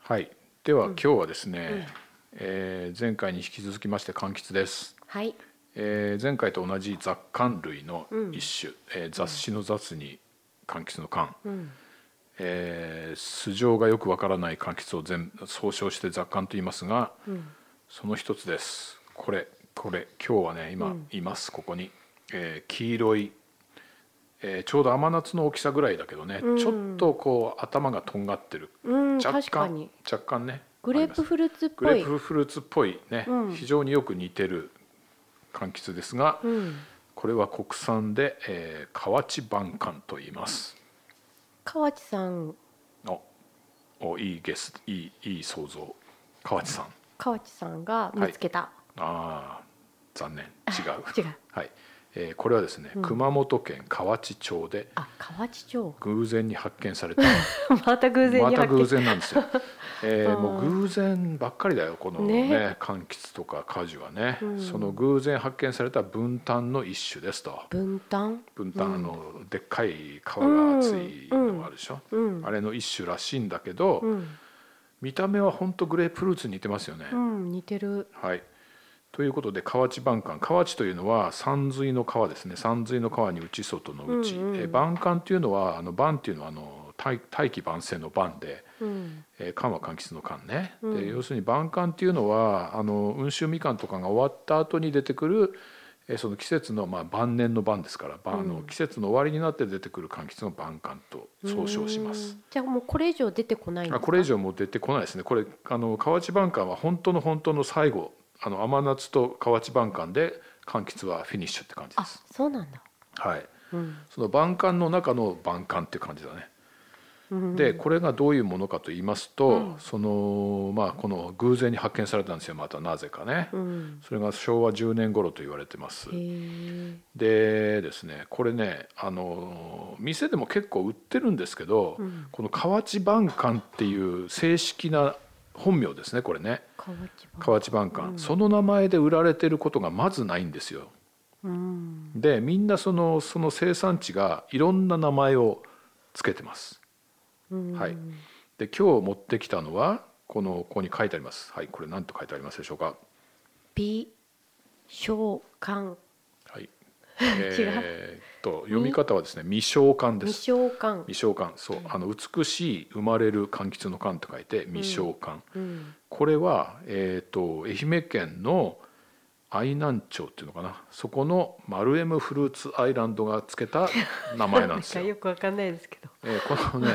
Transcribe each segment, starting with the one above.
はい、では今日はですね、えー前回に引き続きまして柑橘です、はい。えー前回と同じ雑柑類の一種、えー雑誌の雑に柑橘の柑、えー素性がよくわからない柑橘を全総称して雑柑と言いますが、その一つですこれこれ今日はね今、いますここに、えー黄色いえーちょうど甘夏の大きさぐらいだけどね、ちょっとこう頭がとんがってる、うん、若確か干に。若干ねグレープフルーツっグぽレい。ープフルーツっぽいね、うん非常によく似てる柑橘ですが、うん。これは国産で、えー、河内晩柑と言います河内さん、おおいいゲスいいいい想像河内さん河内さんが見つけた。あー残念違う 違う。はい、えーこれはですね、熊本県河内町であ、河内町。偶然に発見されたまた偶 然まにた発偶見。然なんです よ、えーあーもう偶然ばっかりだよこのねね柑橘とか果樹はね、うんその偶然発見された分担の一種ですと分担。分担、あのでっかい皮が厚いのがあるでしょ、うんあ。れの一種らしいんだけど、うん。見た目はほんとグレープフルーツに似てますよね、うん、似てる。はいということで河内晩柑河内というのは山水の川ですね山水の川に内外の内、うんうんえ晩柑というのはあの晩っていうのはあの大大気晩成の晩で、うん。えー、柑は柑橘の柑ね、うでん要するに晩柑っていうのはあの温州みかんとかが終わった後に出てくる、えーその季節の、まあ、晩年の晩ですから、晩あの季節の終わりになって出てくる柑橘の晩柑と総称しますう。ん。じゃあもうこれ以上出てこないんであすか。これ以上もう出てこないですねこれあの河内晩柑は本当の本当の最後あの甘夏と河内晩柑で柑橘はフィニッシュって感じであ、す。そうなんだ。はい、うん。その晩柑の中の晩柑っていう感じだね。うん。でこれがどういうものかと言いますと、うんそのまあこの偶然に発見されたんですよまたなぜかね、うん。それが昭和10年頃と言われてますへえ。でですねこれねあの店でも結構売ってるんですけど、うんこの河内晩柑っていう正式な本名ですねこれね河内町。河内晩柑、うんその名前で売られてることがまずないんですようん。でみんなそのその生産地がいろんな名前をつけてますうん。はいで今日持ってきたのはこのここに書いてあります。はい、これ何と書いてありますでしょうか。美。召喚。はい。えーっと読み方はですね、未償還で未す。召喚。未償還、そう、あの美しい生まれる柑橘の柑と書いて未償還。うん。これはえーっと愛媛県の愛南町っていうのかな。そこのマルエムフルーツアイランドがつけた名前なんですよ。よくわかんないですけど。えーこのね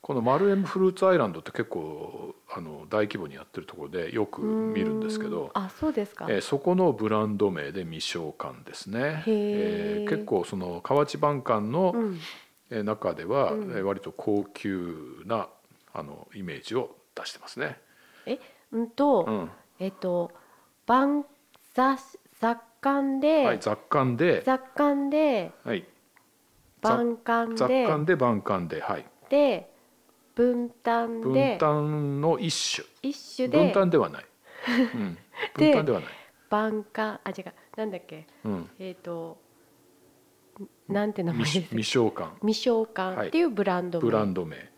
このマルエムフルーツアイランドって結構あの大規模にやってるところでよく見るんですけど、あ、そうですか。えーそこのブランド名で未償還ですねへ、えーー結構その河内晩柑のうん。えー中では、うんえー割と高級なあのイメージを出してますね、え、うんと、うんえっと、晩雑雑感で、はい、雑感で、雑感ではい、雑晩感雑で感で晩柑で、はい、で分担分で担の一一種種分で担では ない、うん、で分担ではない、晩感あ違うなんだっけうん、えっ、とんなんて名前未です未償還未召喚っていうブランド名、ブランド名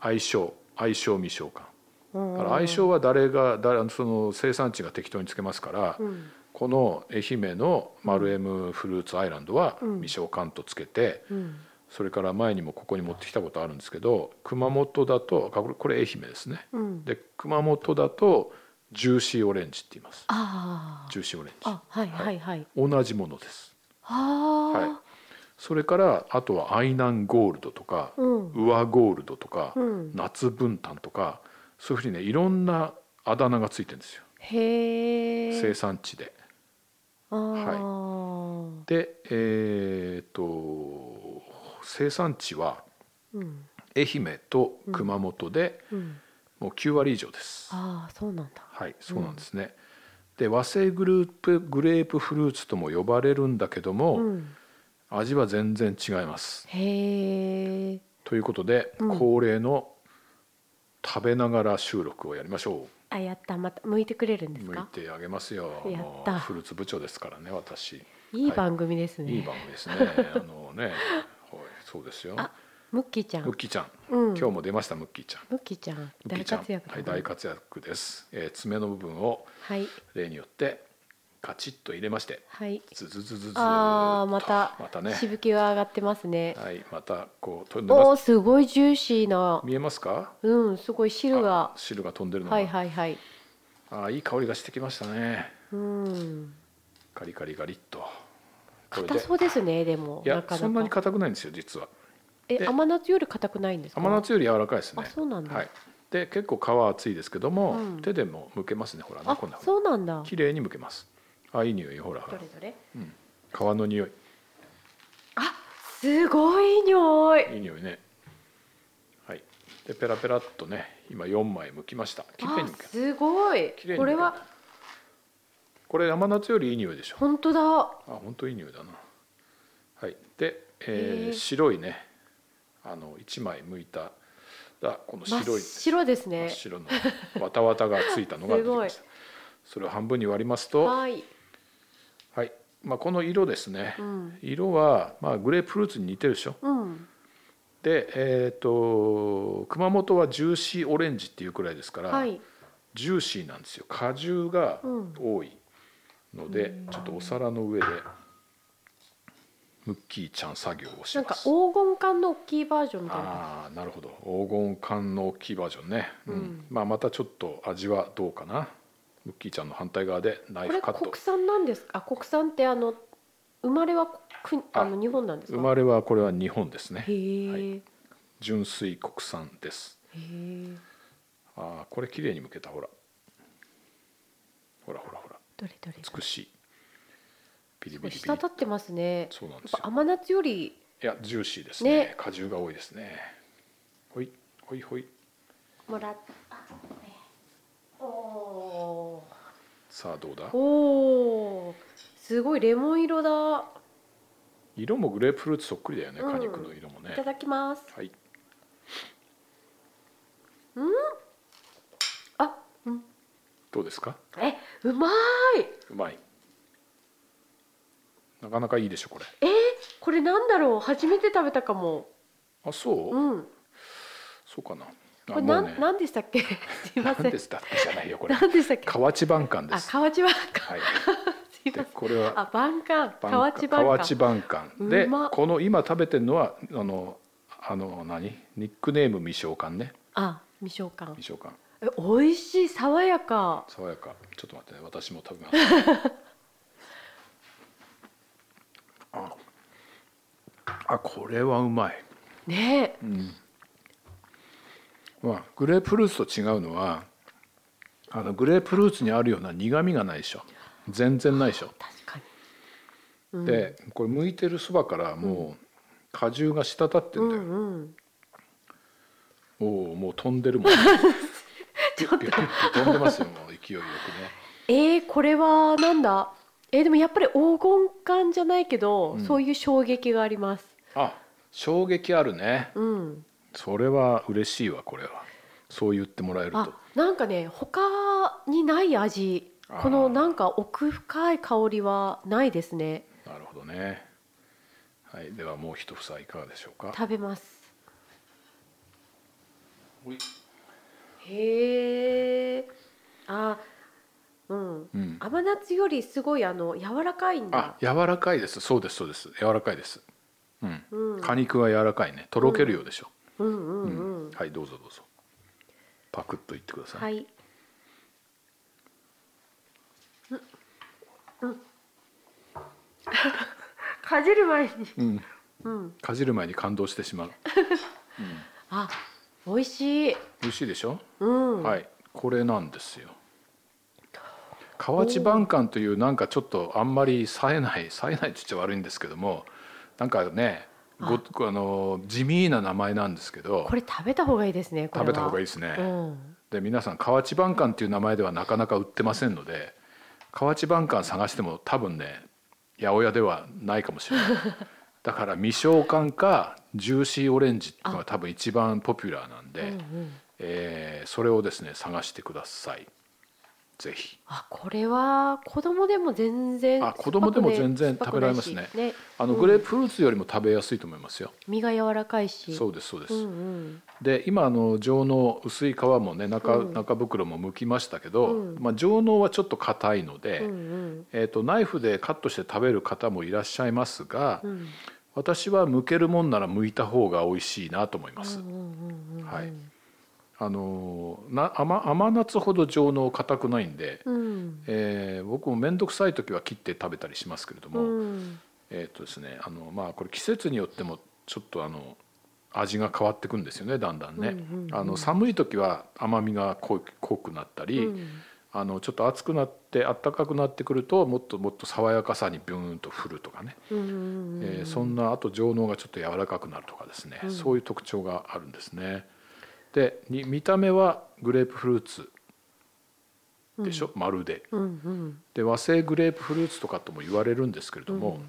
愛称愛称未償還うんだから愛称は誰が誰その生産地が適当につけますから、うんこの愛媛のマルエムフルーツアイランドはうん未償還とつけて、うんそれから前にもここに持ってきたことあるんですけど熊本だとあこれこれ愛媛ですねうんで熊本だとジューシーオレンジって言いますあジューシーオレンあジあはいはいはい同じものですああ、はいそれからあとはアイナンゴールドとか、うんウアゴールドとか、うん夏分担とかそういうふうにねいろんなあだ名がついてるんですよへえ生産地で。あはいーでえーっと生産地はうん愛媛と熊本で、うん、もう9割以上です。ああそうなんだはいそうなんですね、で和製グループグレープフルーツとも呼ばれるんだけども、うん、味は全然違います。へえということで、うん恒例の食べながら収録をやりましょう。あやったまた向いてくれるんです向いかてあげますよ。やったもうフルーツ部長ですからね、私。いい番組ですね、 いい番組ですね。あのね、はい、そうですよ。あムッキーちゃんムッキーちゃん、うん今日も出ましたムッキーちゃんムッキーちゃんムッキ大ーちゃん活躍だはねい、大活躍です、えー爪の部分をはい例によってカチッと入れましてはいズズズズズあーまたまたねしぶきは上がってますね、はいまたこう飛んでおまーすすごいジューシーな見えますかうんすごい汁あが汁が飛んでるのが、はいはいはいあーいい香りがしてきましたねうんカリカリガリっとこれで硬そうですねでもいやなかそんななにか硬くないんですよ実はえ甘夏より硬くないんですか甘夏より柔らかいですねあそうなんだはい、で結構皮は厚いですけども、うん手でも剥けますねほらねあこんなふうにそうなんだ綺麗に剥けますあいい匂いほらほどられどれ皮の匂いあすごい匂いいい匂いねはいでペラペラっとね今4枚剥きました綺麗あに剥けすごい綺麗に剥けこれはこれ甘夏よりいい匂いでしょ本当だあ本当いい匂いだなはいで、えーへー白いねあの1枚剥いたあこの真白っい白です真っね白のわたわたがついたのが出てきまし すたそれを半分に割りますとはいはい、まあ、この色ですね、うん色は、まあ、グレープフルーツに似てるでしょうんでえっ、と熊本はジューシーオレンジっていうくらいですから、はいジューシーなんですよ果汁がうん多いので、ちょっとお皿の上でムッキーちゃん作業をしなんまかす黄金管の大きいバージョンみたいな感ああなるほど黄金缶の大きいバージョンね、うんうんまあ、またちょっと味はどうかなムッキーちゃんの反対側でナイじこれフカット国産なんですかあ国産ってあの生まれはくあのあ日本なんです生かまれはこれは日本ですねへえ、はい純粋国産ですへえああこれ綺麗に剥けたほらほらほらほらどれどれ美しいビリビリビ下リ立ってますねそうなんですやっよぱ甘夏よりいやジューシーですねね果汁が多いですねほいほいほいもらったおおさあどうだーおーすごいレモン色だ色もグレープフルーツそっくりだよねうん果肉の色もねい、ただきますはいあ、うん、どうですかえうまいうまいなかなかいいでしょこれえーこれなんだろう初めて食べたかもあそう、うんそうかなこあれもな、うんなんでしたっけ すいませなんんですだってじゃないよこれなんでしたっけ河内晩柑であす河内晩はい柑 すいでませんこれはあ晩柑晩河内晩河柑内晩柑でうまっこの今食べてるのはあのあの何ニックネーム未償柑ねあ未消柑未償柑え美味しい爽やか爽やかちょっと待ってね私も食べます ああこれはうまい、ねえうんまあ、グレープフルーツと違うのはあのグレープフルーツにあるような苦みがないでしょ全然ないでしょ確かに、うん、でこれ剥いてるそばからもう果汁が滴ってうんだよ、んうんおおもう飛んでる もんちょっとピュッピュッて飛んでますよもう勢いよくねえー、これはなんだえー、でもやっぱり黄金感じゃないけど、うんそういう衝撃がありますあ衝撃あるねうんそれは嬉しいわこれはそう言ってもらえるあとなんかね他にない味あーこのなんか奥深い香りはないですねなるほどねはいではもう一房いかがでしょうか食べますほいへえあうん、うん甘夏よりすごいあの柔らかいんあだ柔らかいですそうですそうです柔らかいですうん、うん果肉は柔らかいねとろけるようでしょ、うんうんううん、はいどうぞどうぞパクッといってください、はいうんうんかじる前にうん、うんかじる前に感動してしまうあ美味しい美味しいでしょうん、はい、これなんですよ。河内晩柑というなんかちょっとあんまり冴えない冴えないって言っちゃ悪いんですけどもなんかねごあの地味な名前なんですけどこれ食べた方がいいですねこ食れはべた方がいいですうね。ん、で皆さん河内晩柑っていう名前ではなかなか売ってませんので河内晩柑探しても多分ね八百屋ではないかもし れない。だから未消柑かジューシーオレンジっていうのが多分一番ポピュラーなんで。うんうんえーそれをですね探してくださいぜひあこれは子供でも全然あ子供でも全然酸っぱく食べらねれますね酸っぱくないしあのうんグレープフルーツよりも食べやすいと思いますよ、身が柔らかいしそうですそうです、うんうんで今あの上納薄い皮もね中,、うん中袋も剥きましたけど、うんまあ、上納はちょっと硬いので、うんうんえー、とナイフでカットして食べる方もいらっしゃいますが、うん私は剥けるもんなら剥いた方が美味しいなと思います、うんうんうんうんはいあのーな甘甘夏ほど上納硬くないんで、うんえー僕も面倒くさい時は切って食べたりしますけれども、うんえっ、とですねあのまあこれ季節によってもちょっとあの味が変わってくんですよねだんだんね、うんうんうんあの寒い時は甘みが濃い濃くなったり、うんあのちょっと暑くなって暖かくなってくるともっともっと爽やかさにビューンと振るとかね、うんうんうんえーそんなあと上納がちょっと柔らかくなるとかですね、うんそういう特徴があるんですねでに見た目はグレープフルーツでしょ、まるでうんうんで和製グレープフルーツとかとも言われるんですけれども、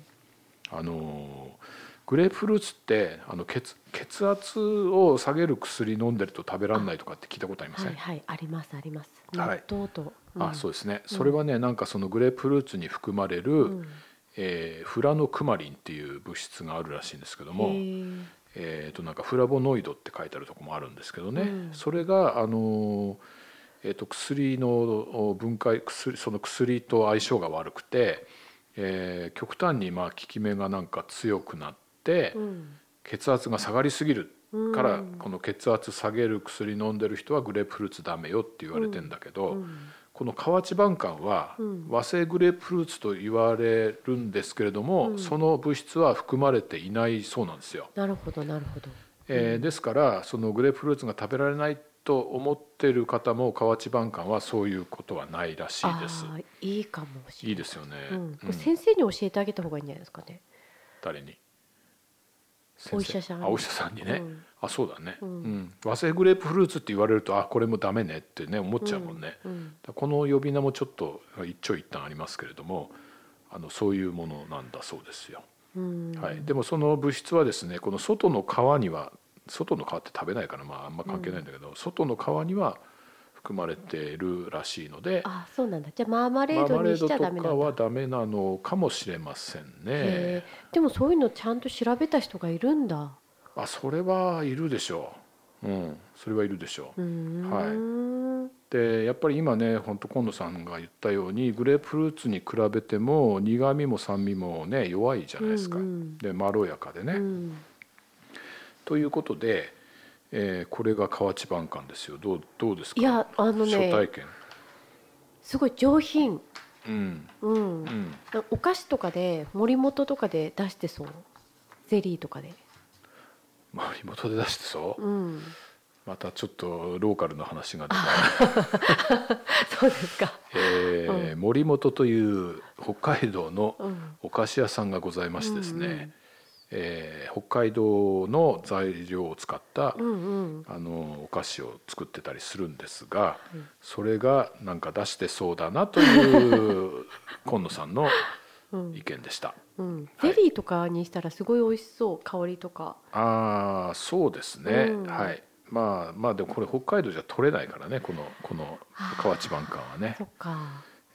あのーグレープフルーツってあの血血圧を下げる薬飲んでると食べられないとかって聞いたことありませんはいはいありますありますは納い豆とあそううですね、それはねなんかそのグレープフルーツに含まれる、んえーフラノクマリンっていう物質があるらしいんですけどもも、えーとなんかフラボノイドって書いてあるとこもあるんですけどね、うんそれが、あのーえーと薬のお分解薬その薬と相性が悪くて、えー極端にまあ効き目がなんか強くなって、うん血圧が下がりすぎるから、うんこの血圧下げる薬飲んでる人はグレープフルーツダメよって言われてんだけど、うんこの河内晩柑はうん和製グレープフルーツと言われるんですけれども、うんその物質は含まれていないそうなんですよ。なるほどなるほどえーですからそのグレープフルーツが食べられないと思ってる方も河内晩柑はそういうことはないらしいです。あーいいかもしれないいいですよね。うんうんこれ先生に教えてあげた方がいいんじゃないですかね。誰にお医者さんあお医者さんにね、うんあそうだね、ううんん和製グレープフルーツって言われるとあこれもダメねってね思っちゃうもんね、だかうんうんらこの呼び名もちょっと一長一短ありますけれどもあのそういうものなんだそうですよ、うんはい、でもその物質はですねこの外の皮には外の皮って食べないからまああんま関係ないんだけど、外の皮には含まれているらしいのであそうなんだじゃあマーマレマーードマレにードしちゃとダメかなんだはダメなのかもしれませんねへ。ーでもそういうのちゃんと調べた人がいるんだあそれはいるでしょう、うん、それはいるでしょう、うーんでやっぱり今ね本当今野さんが言ったようにグレープフルーツに比べても苦味も酸味もね弱いじゃないですか、うんうんでまろやかでね、うんということで、えーこれが河内晩柑ですよどうどうですかいやあの初体ね験すごい上品うんうん、うんお菓子とかで森本とかで出してそうゼリーとかでまあリモートで出してそう、うんまたちょっとローカルの話が出た そうですかえー森本という北海道のうんお菓子屋さんがございましてですね、うんうんえー北海道の材料を使った、うんうんあのお菓子を作ってたりするんですが、それがなんか出してそうだなという 今野さんのうん意見でした。うんはゼいリーとかにしたらすごい美味しそう香りとかああそうですね、うんはいまあまあでもこれ北海道じゃ取れないからねこのこのあー河内晩柑はねそ、っか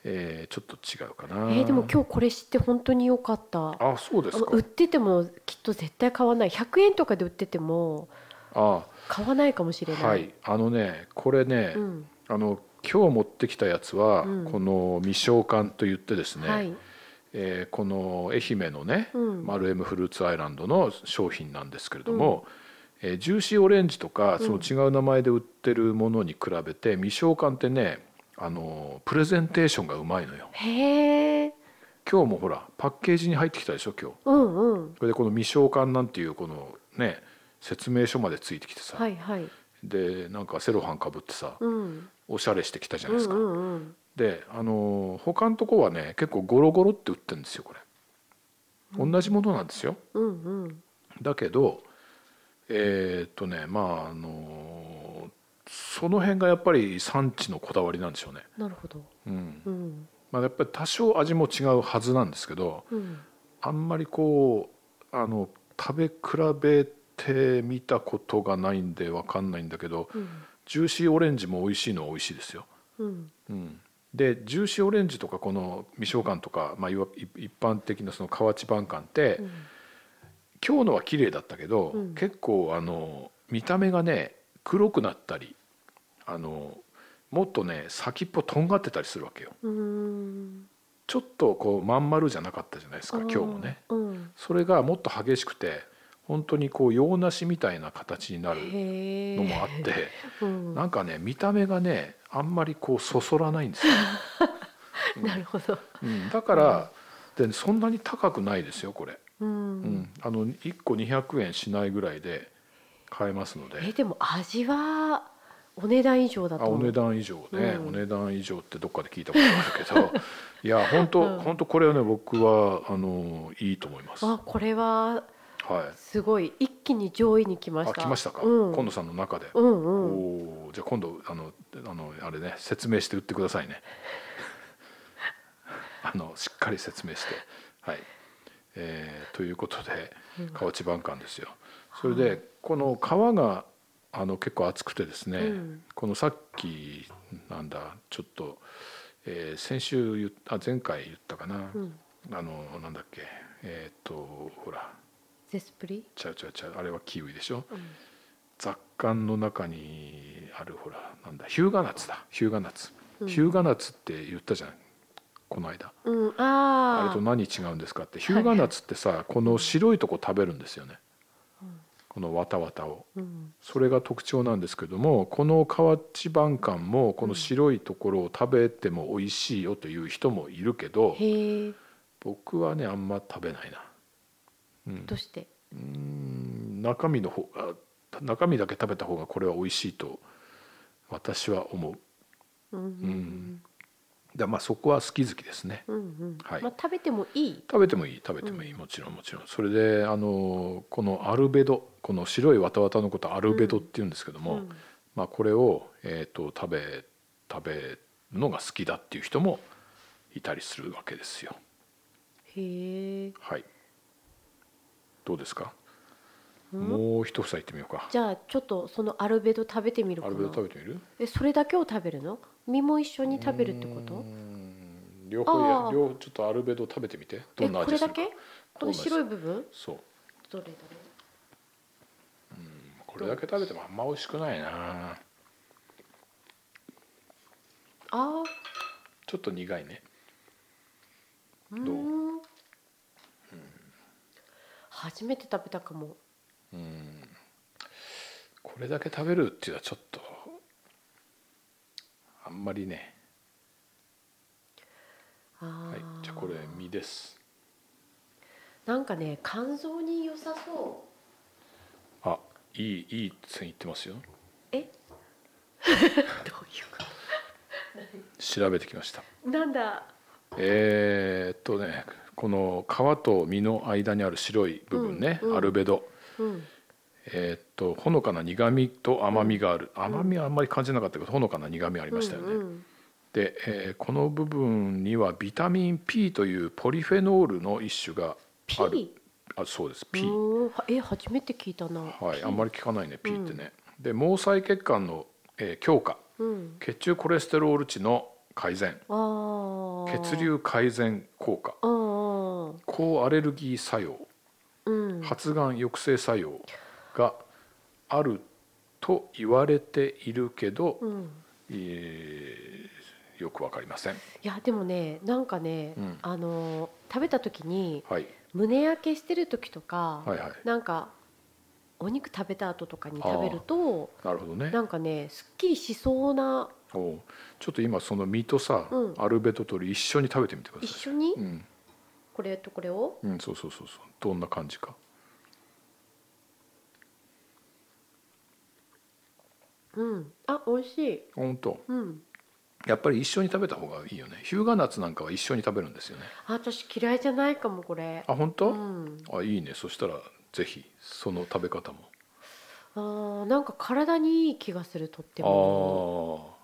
えーちょっと違うかな。えーでも今日これ知って本当に良かったあそうであすのか売っててもきっと絶対買わない100円とかで売っててもあ買わないかもしれない、はいあのねこれね、うんあの今日持ってきたやつは、うんこの未消缶といってですね、はいえーこの愛媛のね、うんマルエムフルーツアイランドの商品なんですけれども、えージューシーオレンジとかその違う名前で売ってるものに比べて、未消缶ってねあのープレゼンテーションがうまいのよへえ今日もほらパッケージに入ってきたでしょ今日うんうんそれでこの未消缶なんていうこのね説明書までついてきてさ、はいはいでなんかセロハンかぶってさ、うんおしゃれしてきたじゃうないでんうすか、んうんであのー他のとこはね結構ゴロゴロって売ってるんですよこれ同じものなんですよ、うんうんだけどえーっとねまああのーその辺がやっぱり産地のこだわりなんでしょうね、なるほどうんうんまあ、やっぱり多少味も違うはずなんですけどうんあんまりこうあの食べ比べてみたことがないんでわかんないんだけどうんジューシーオレンジも美味しいのは美味しいですよ、うんうん、で重視オレンジとかこの未生柑とか、まあ、いわ一一般的なその河内晩柑って、今日のは綺麗だったけど、うん結構あの見た目がね黒くなったりあのもっとね先っぽとんがってたりするわけようんちょっとこうまん丸じゃなかったじゃないですか今日もねうんそれがもっと激しくて本当にこう洋梨みたいな形になるへえのもあって、うんなんかね見た目がねあんまりこうそそらないんです よ、なるほどうんだから、でそんなに高くないですよこれ、ううんんあの1個200円しないぐらいで買えますのえででも味はお値段以上だとあ思おう値段以上ね、うんお値段以上ってどっかで聞いたことある けどいや本当、うん本当これはね僕はあのいいと思いますあはこれはいすごい一気に上位に来ましあた来ましたか、うん、今野さんの中で、うんうんおーじゃあ今度あのあのあれね説明して売ってください ねあのしっかり説明してはい、えーということでうん河内晩柑ですよそれでこの皮があの結構厚くてですね、うんこのさっきなんだちょっと、えー先週言っあ前回言ったかな、うんあのなんだっけえーっとほらゼスプリちゃうちゃうちゃうあれはキウイでしょ、うん雑感の中にあるほらなんだヒューガナッツだヒューガナッツ、うんヒューガナッツって言ったじゃんこの間うんああれあと何違うんですかってヒューガナッツってさこの白いとこ食べるんですよね、このわたわたをうんそれが特徴なんですけどもこの河内晩柑もこの白いところを食べても美味しいよという人もいるけど、へえ僕はねあんま食べないなうんどうしてうーん中身の方が中身だけ食べた方がこれは美味しいと私は思ううんんだまあそこは好き好きですねうんうんはいまあ食べてもいい食べてもいい食べてもいいもちろんもちろんそれであのこのアルベドこの白いわたわたのことアルベドっていうんですけども、うんまあ、これを、えー、と食べ食べるのが好きだっていう人もいたりするわけですよへえはいどうですかうんもう一房いってみようかじゃあちょっとそのアルベド食べてみるアかルなベド食べてみるえそれだけを食べるの身も一緒に食べるってこうーとん両方あやー両方ちょっとアルベド食べてみてどえんなこ味れすだるかけこの白い部分そうどれだろこれだけ食べてもあんま美味しくないなうあちょっと苦いねーうーどうん初めて食べたかもうんこれだけ食べるっていうのはちょっとあんまりね、あはーい、じゃあこれ身ですなんかね肝臓に良さそうあいいいい線いってますよえどういうこ調べてきましたとなんだえーっとねこの皮と身の間にある白い部分ね、うんうんアルベドうんえーっとほのかな苦みと甘みがある、甘みはあんまり感じなかったけどほのかな苦みありましたよね、うんで、えーこの部分にはビタミン P というポリフェノールの一種がある P? あそうですう P、ーんはえ初めて聞いたなはい、あんまり聞かないね P うっんてね、で毛細血管の、えー強化うん血中コレステロール値の改善あー血流改善効果あー抗アレルギー作用うん発がん抑制作用があると言われているけど、うんえーよくわかりません。いやでもねなんかね、うんあのー食べた時にはい、胸焼けしてる時とか、はいはいなんかお肉食べた後とかに食べるとなるほどねな。んかねすっきりしそうなおうちょっと今その身とさ、うんアルベトとり一緒に食べてみてくだ一さ緒に、い。うん、これとこれをうん、そうそうそうそう。どんな感じか。うんあ美味しい本当。うんやっぱり一緒に食べた方がいいよね。ヒューガナッツなんかは一緒に食べるんですよね。あ私嫌いじゃないかもこれあ、本当？うん、あ、いいね。そしたらぜひその食べ方も。あーなんか体にいい気がするとってああも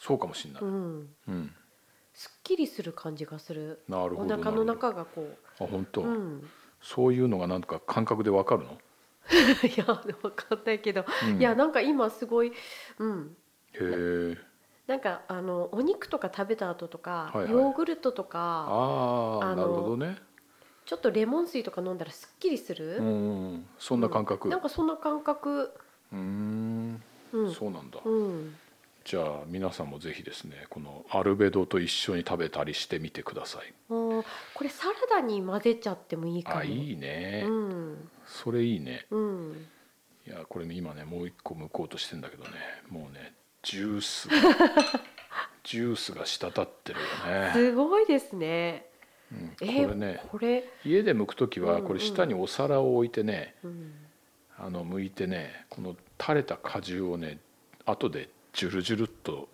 ー、そうかもしれない。ううん。んすっきりする感じがするなるおほど。腹のなるほど。中がこうあ、本当、うん、 そういうのがなんか感覚でわかるの？いやわかんないけどうんいやなんか今すごい、うん、へえ。なんかあのお肉とか食べた後とか、はいはいヨーグルトとかあああのなるほどねちょっとレモン水とか飲んだらすっきりする、うんうんそんな感覚なんかそんな感覚うーんうんそうなんだうんじゃあ皆さんもぜひですねこのアルベドと一緒に食べたりしてみてくださいあーこれサラダに混ぜちゃってもいいかもあいいね、うんそれいいねうんいやこれ今ねもう一個向こうとしてんだけどねもうねジュース ジュースが滴ってるよね、すごいですねうんえーこれねこれ家で剥く時うんはうんこれ下にお皿を置いてね、うんあの剥いてねこの垂れた果汁をね後でジュルジュルっと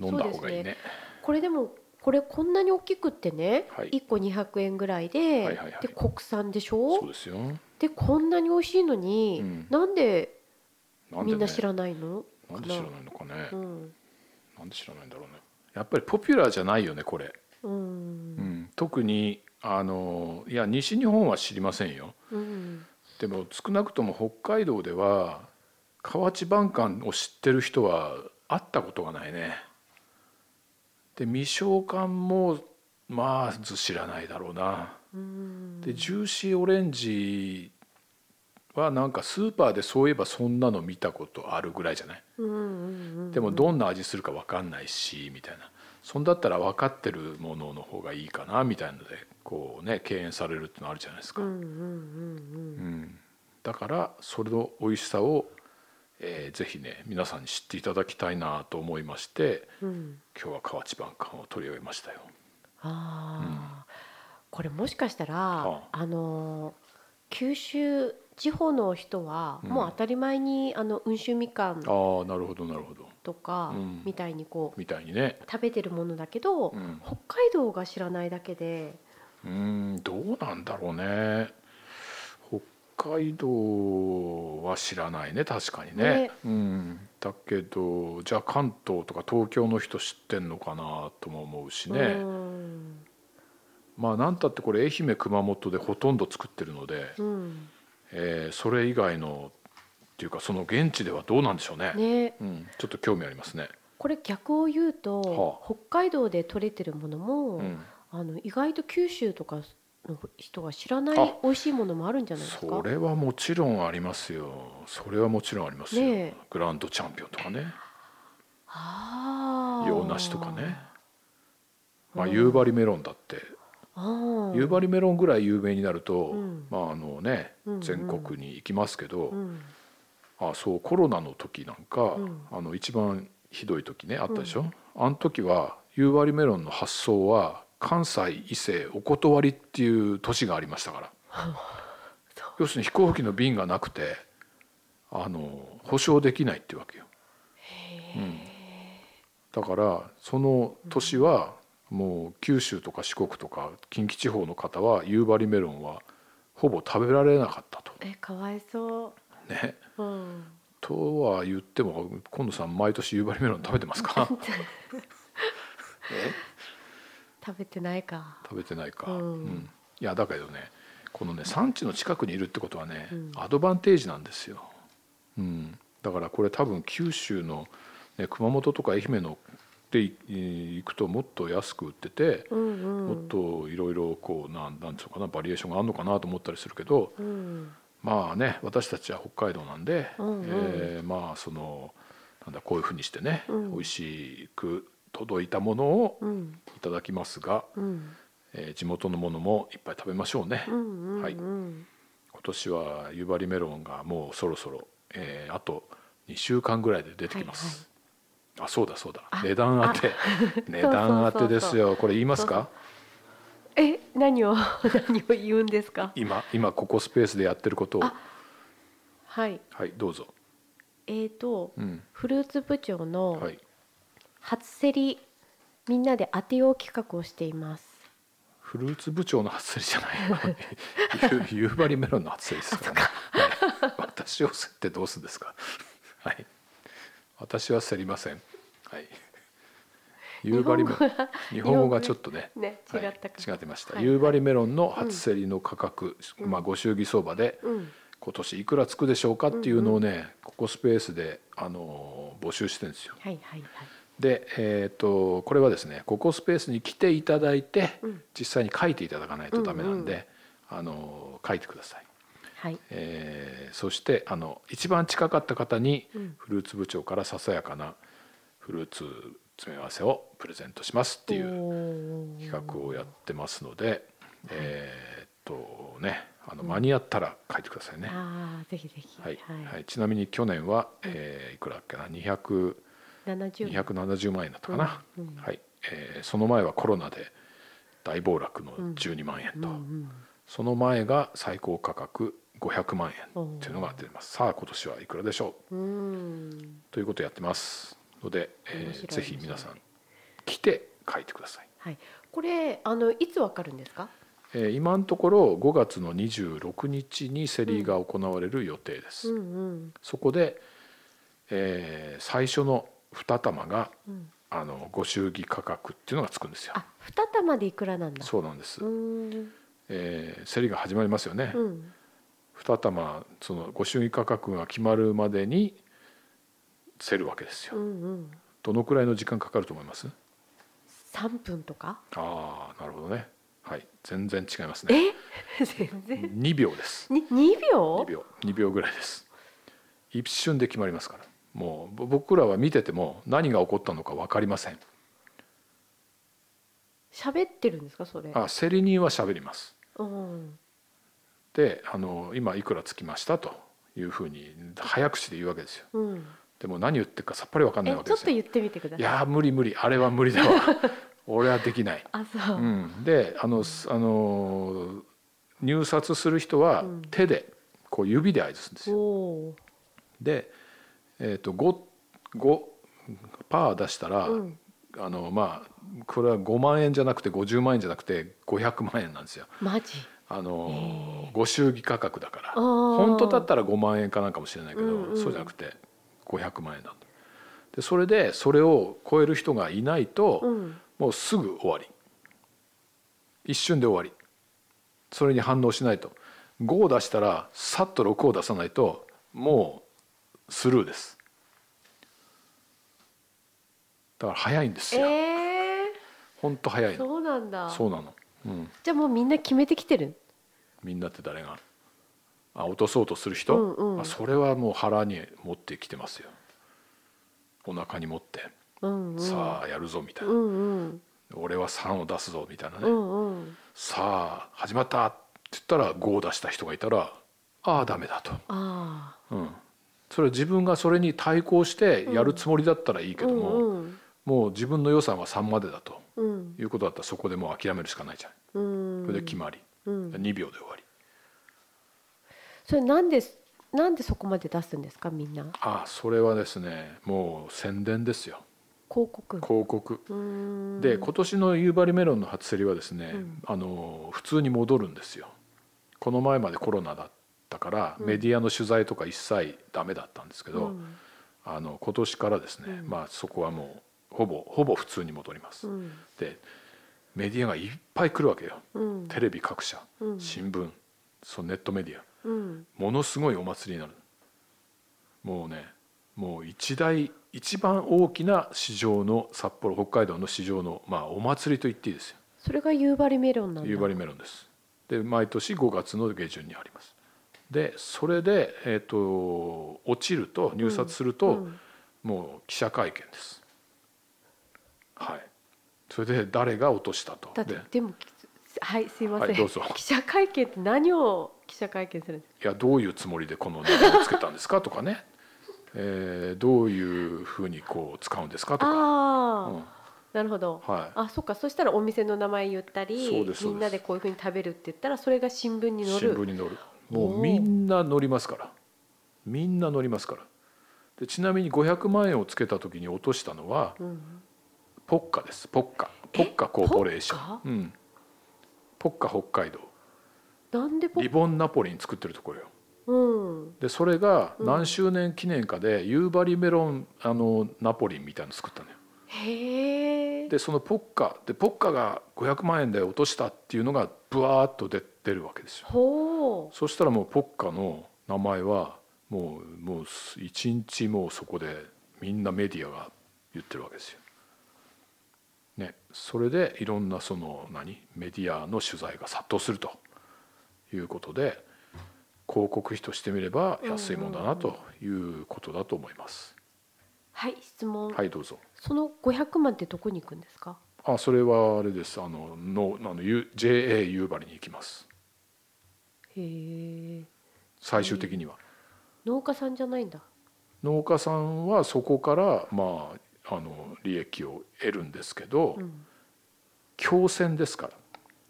飲んだ方がいいねこれでもこれこんなに大きくってね、はい一1個200円ぐらいで,、はいはいはいで国産でしそうょですよでこんなに美味しいのに、うんなんでなんで、ね、みんな知らないのなんで知らないのかね、うんなんで知らないんだろうねやっぱりポピュラーじゃないよねこれ、ううんん、特にあのいや西日本は知りませんようんでも少なくとも北海道では河内晩柑を知ってる人は会ったことがないねで未消館もまあず知らないだろうなうんでジューシーオレンジはなんかスーパーでそういえばそんなの見たことあるぐらいじゃないうんうんでもどんな味するか分かんないしみたいなそんだったら分かってるものの方がいいかなみたいなのでこうね敬遠されるってのあるじゃないですか、うんうんうんうんだからそれの美味しさを、えーぜひね皆さんに知っていただきたいなと思いましてうんうん今日は河内晩柑を取り上げましたよ。ああ、これもしかしたら、はあのー九州地方の人はうんもう当たり前に、あの温州みかあんあなるほどなるほどとかうんみたいにこう、みたいにね食べてるものだけど、うん北海道が知らないだけでうーんどうなんだろうね北海道は知らないね確かにねねうん、だけどじゃあ関東とか東京の人知ってんのかなとも思うしね、うんまあ何たってこれ愛媛熊本でほとんど作ってるので、うんえーそれ以外のっていうかその現地ではどうなんでしょうねねうん、ちょっと興味ありますね、これ逆を言うと、はあ北海道で取れてるものも、うん、あの意外と九州とかの人が知らなあい美味しいものもあるんじゃないですかそれはもちろんありますよそれはもちろんありますよ、ねえグランドチャンピオンとかねああ洋梨とかね、まあ、うん夕張メロンだって、ああ夕張メロンぐらい有名になると、うんまああのねうんうん全国に行きますけど、うんあそうコロナの時なんか、うんあの一番ひどい時ねあったでしょ、あの時は夕張メロンの発送は関西伊勢お断りっていう都市がありましたから そう要するに飛行機の便がなくてあの保証できないっていうわけよ、うんだからその年はもう九州とか四国とか近畿地方の方は夕張メロンはほぼ食べられなかったとえかわいそねう、うん、とは言っても今野さん毎年夕張メロン食べてますかえ食べてないか 食べてないか、うんいやだけどねこのね産地の近くにいるってことはね、うんアドバンテージなんですよ、うん、だからこれ多分九州の、ね、熊本とか愛媛のでいえー行くともっと安く売ってて、うんうんもっといろいろこうなんなんつうのかなバリエーションがあるのかなと思ったりするけどうんまあね私たちは北海道なんで、うんうんえーまあそのなんだこういうふうにしてね、うん美味しく届いたものをうんいただきますが。うんえー地元のものもいっぱい食べましょうね、うんうんうんはい今年は夕張メロンがもうそろそろ、えーあと2週間ぐらいで出てきます、あそうだそうだあ値段当て 値段当てですよこれ言いますかえ何を 何を言うんですか今今ここスペースでやってることをあはいはいどうぞ、えーと、うんフルーツ部長のはい、初競りみんなで当てよう企画をしていますフルーツ部長の初競りじゃない 夕夕張メロンの初競りですから、ねはい、私を競ってどうするんですか はい私は競りませんはい夕張メロン日本語が日本語がちょっとねね違ったかはい違ってました、はい夕張メロンの初競りの価格、まあご祝儀相場で、うん今年いくらつくでしょうかっていうのをね、ここスペースであのー募集してるんですよはいはいはいで、えー、とこれはですねここスペースに来ていただいて、うん実際に書いていただかないとダメなんで、あの書いてください、はいえーそしてあの一番近かった方にうんフルーツ部長からささやかなフルーツ詰め合わせをプレゼントしますっていうう企画をやってますので、えーっとねあの間に合ったら書いてくださいね。ああぜひぜひはいはい、ちなみに去年は、えーいくらだっけな200 70 270万円だったかな、うんうんはいえーその前はコロナで大暴落の12万円と、うんその前が最高価格500万円っていうのが出てますさあ今年はいくらでしょううんうんということをやってますので、えー面白いぜひ皆さん来て書いてください、はいこれあのいつわかるんですかえー今のところ5月の26日にセリーが行われる予定です、うんうんそこで、えー最初の2玉がうんあのご祝儀価格っていうのがつくんですよあ二玉でいくらなんだそうなんです、うーんえー競りが始まりますよね、うん2玉そのご祝儀価格が決まるまでに競るわけですよ、うんうんどのくらいの時間かかると思います三分とかああなるほどねはい全然違いますねえ 全然2秒ですに二秒2秒2秒ぐらいです一瞬で決まりますからもうぼ僕らは見てても何が起こったのか分かりません喋ってるんですかそれあ競り人は喋りますうんであの今いくらつきましたというふうに早口で言うわけですようんでも何言ってるかさっぱり分かんえないちょわっけでとすよ言ってみてくだいさいやー無理無理あれは無理 だわ俺はできない、、あそううんであの、すあのー入札する人はうん手でこう指で合図するんですおよ、おで、えー、と 5, 5パー出したら、うんあのまあこれは5万円じゃなくて50万円じゃなくて500万円なんですよマジあのーへーご祝儀価格だからあー本当だったら5万円かなんかもしれないけど、うんうんそうじゃなくて500万円だとでそれでそれを超える人がいないと、うんもうすぐ終わり一瞬で終わりそれに反応しないと5を出したらさっと6を出さないともうスルーですだから早いんですよ、えほんと早いー、のそうなんだそうなの、うん、じゃあもうみんな決めてきてるみんなって誰があ落とそうとする人、うんうんあそれはもう腹に持ってきてますよお腹に持って、うんうんさあやるぞみたいうな、んうん俺は3を出すぞみたいなね、うんうんさあ始まったって言ったら5を出した人がいたらああダメだと、あうん、それは自分がそれに対抗してやるつもりだったらいいあけども、うんもう自分の予算は3までだとうんいうことだったらそこでもう諦めるしかないじゃんうんそれで決まり、うん2秒で終わりそれなんでなんでそこまで出すんですかみんなああそれはですねもう宣伝ですよ広告広告うーんで今年の夕張メロンの初競りはですね、うんあの普通に戻るんですよこの前までコロナだったから、うんメディアの取材とか一切ダメだったんですけど、うんあの今年からですね、うんまあそこはもうほぼほぼ普通に戻ります、うんでメディアがいっぱい来るわけようんテレビ各社、うん新聞そのネットメディアうんものすごいお祭りになるもうねもう一大一番大きな市場の札幌北海道の市場の、まあ、お祭りと言っていいですよそれが夕張メロンなんだ夕張メロンですで毎年5月の下旬にありますでそれで、えー、と落ちると入札すると、うんもう記者会見ですはいそれで誰が落としたとだってででもはいすいません、はいどうぞ記者会見って何を記者会見するんですかいやどういうつもりでこの名前をつけたんですかとかね、えーどういうふうにこう使うんですかとか、ああ、うんなるほど、はい、あそっかそしたらお店の名前言ったそうりですそうですみんなでこういうふうに食べるって言ったらそれが新聞に載新る聞に載るもおうーみんな載りますからみんな載りますからでちなみに500万円をつけた時に落としたのはうん、ポッカですポッカポッカコーポレーションポッカうん、ポッカ北海道なんでポリボンナポリに作ってるところようんでそれがうん何周年記念かで夕張メロンあのナポリンみたいの作ったのよへえでそのポッカでポッカが500万円で落としたっていうのがブワーッと出出るわけですよほそしたらもうポッカの名前はもうもうす一日もうそこでみんなメディアが言ってるわけですよね、それでいろんなその何メディアの取材が殺到するということで広告費としてみれば安いものだなということだと思います。はい質問、はいどうぞその500万ってどこに行くんですかあそれはあれですあののあの U- JA 夕張に行きますへえ最終的には。農家さんじゃないんだ農家さんはそこからまああの利益を得るんですけど、うん共選ですから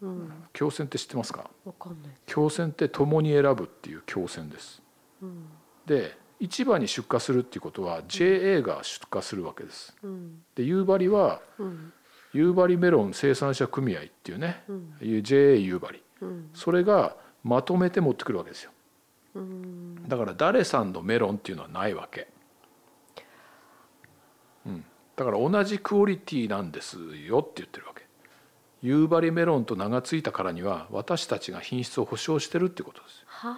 うん共選って知ってますかわかんない共選って共に選ぶっていう共選です。うんで市場に出荷するっていうことは JA が出荷するわけです。うんで夕張はうん夕張メロン生産者組合っていうね、うん JA 夕張うんそれがまとめて持ってくるわけですようんだから誰さんのメロンっていうのはないわけ、うん、だから同じクオリティなんですよって言ってるわけ夕張メロンと名が付いたからには私たちが品質を保証してるってことですよ、は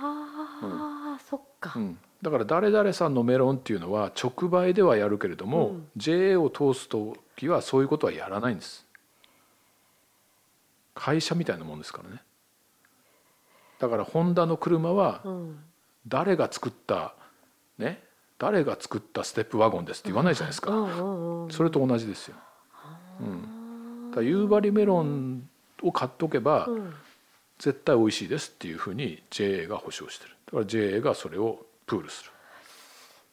あ、そっか、うん、だから誰々さんのメロンっていうのは直売ではやるけれども、うん JA を通す時はそういうことはやらないんです会社みたいなもんですからねだからホンダの車はうん誰が作ったね誰が作ったステップワゴンですって言わないじゃないですうか、んうんうんそれと同じですよ、うん、だから夕張メロンを買っとけばうん絶対美味しいですっていうふうに JA が保証してるだから JA がそれをプールする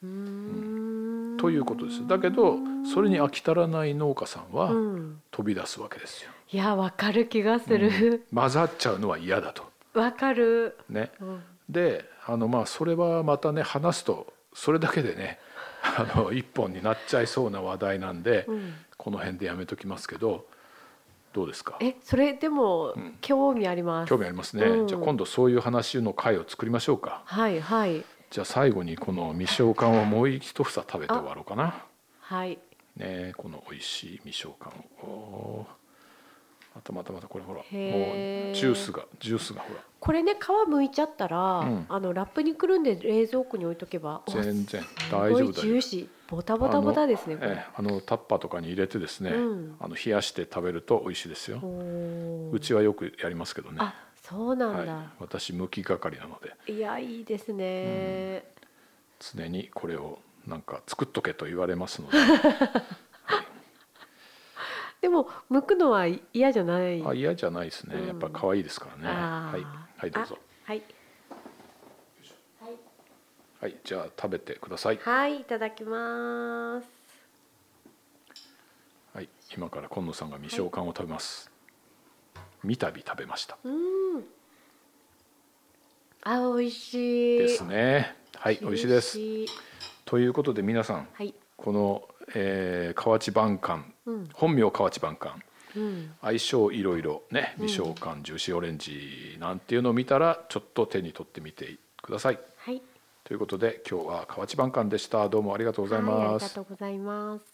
うーんということですだけどそれに飽き足らない農家さんはうん飛び出すわけですよ、いやわかる気がする混ざっちゃうのは嫌だとわ、かる、ねうん、であのまあそれはまたね話すとそれだけでね あの一本になっちゃいそうな話題なんで、うんこの辺でやめときますけどどうですかえそれでも、ん興味あります興味ありますね、うんじゃあ今度そういう話の回を作りましょうかはいはいじゃあ最後にこの未消缶をもう一房食べて終わろうかなはいねこの美味しい未消缶をおーまたまたまたこれほらもうジへーュースがジュースがほらこれね皮剥いちゃったら、うんあのラップにくるんで冷蔵庫に置いとけばおす全然大ご丈い夫ジだューよシーボタボタボタですねこれ、ええあのタッパーとかに入れてですね、うんあの冷やして食べると美味しいですよ、おーうちはよくやりますけどね、あそうなんだ、はい、私むき係なのでい、やいいですね、常にこれをなんか作っとけと言われますの ででも剥くのは嫌じゃないあ嫌じゃないですね、うんやっぱ可愛いですからねあはーい、はい、どうぞあはいはいじゃあ食べてください、はいいただきますはい、今から今野さんが未消缶を食べます、三度食べましたうんあ美味しいですねはい美味しいです美味しいということで皆さんはいこの、えー、河内晩柑うん本名河内晩柑うん相性いろいろね未消缶ジューシーオレンジなんていうのを見たらちょっと手に取ってみてくださいはいということで今日は河内晩柑でしたどうもありがとうございはいあまりがすとうございます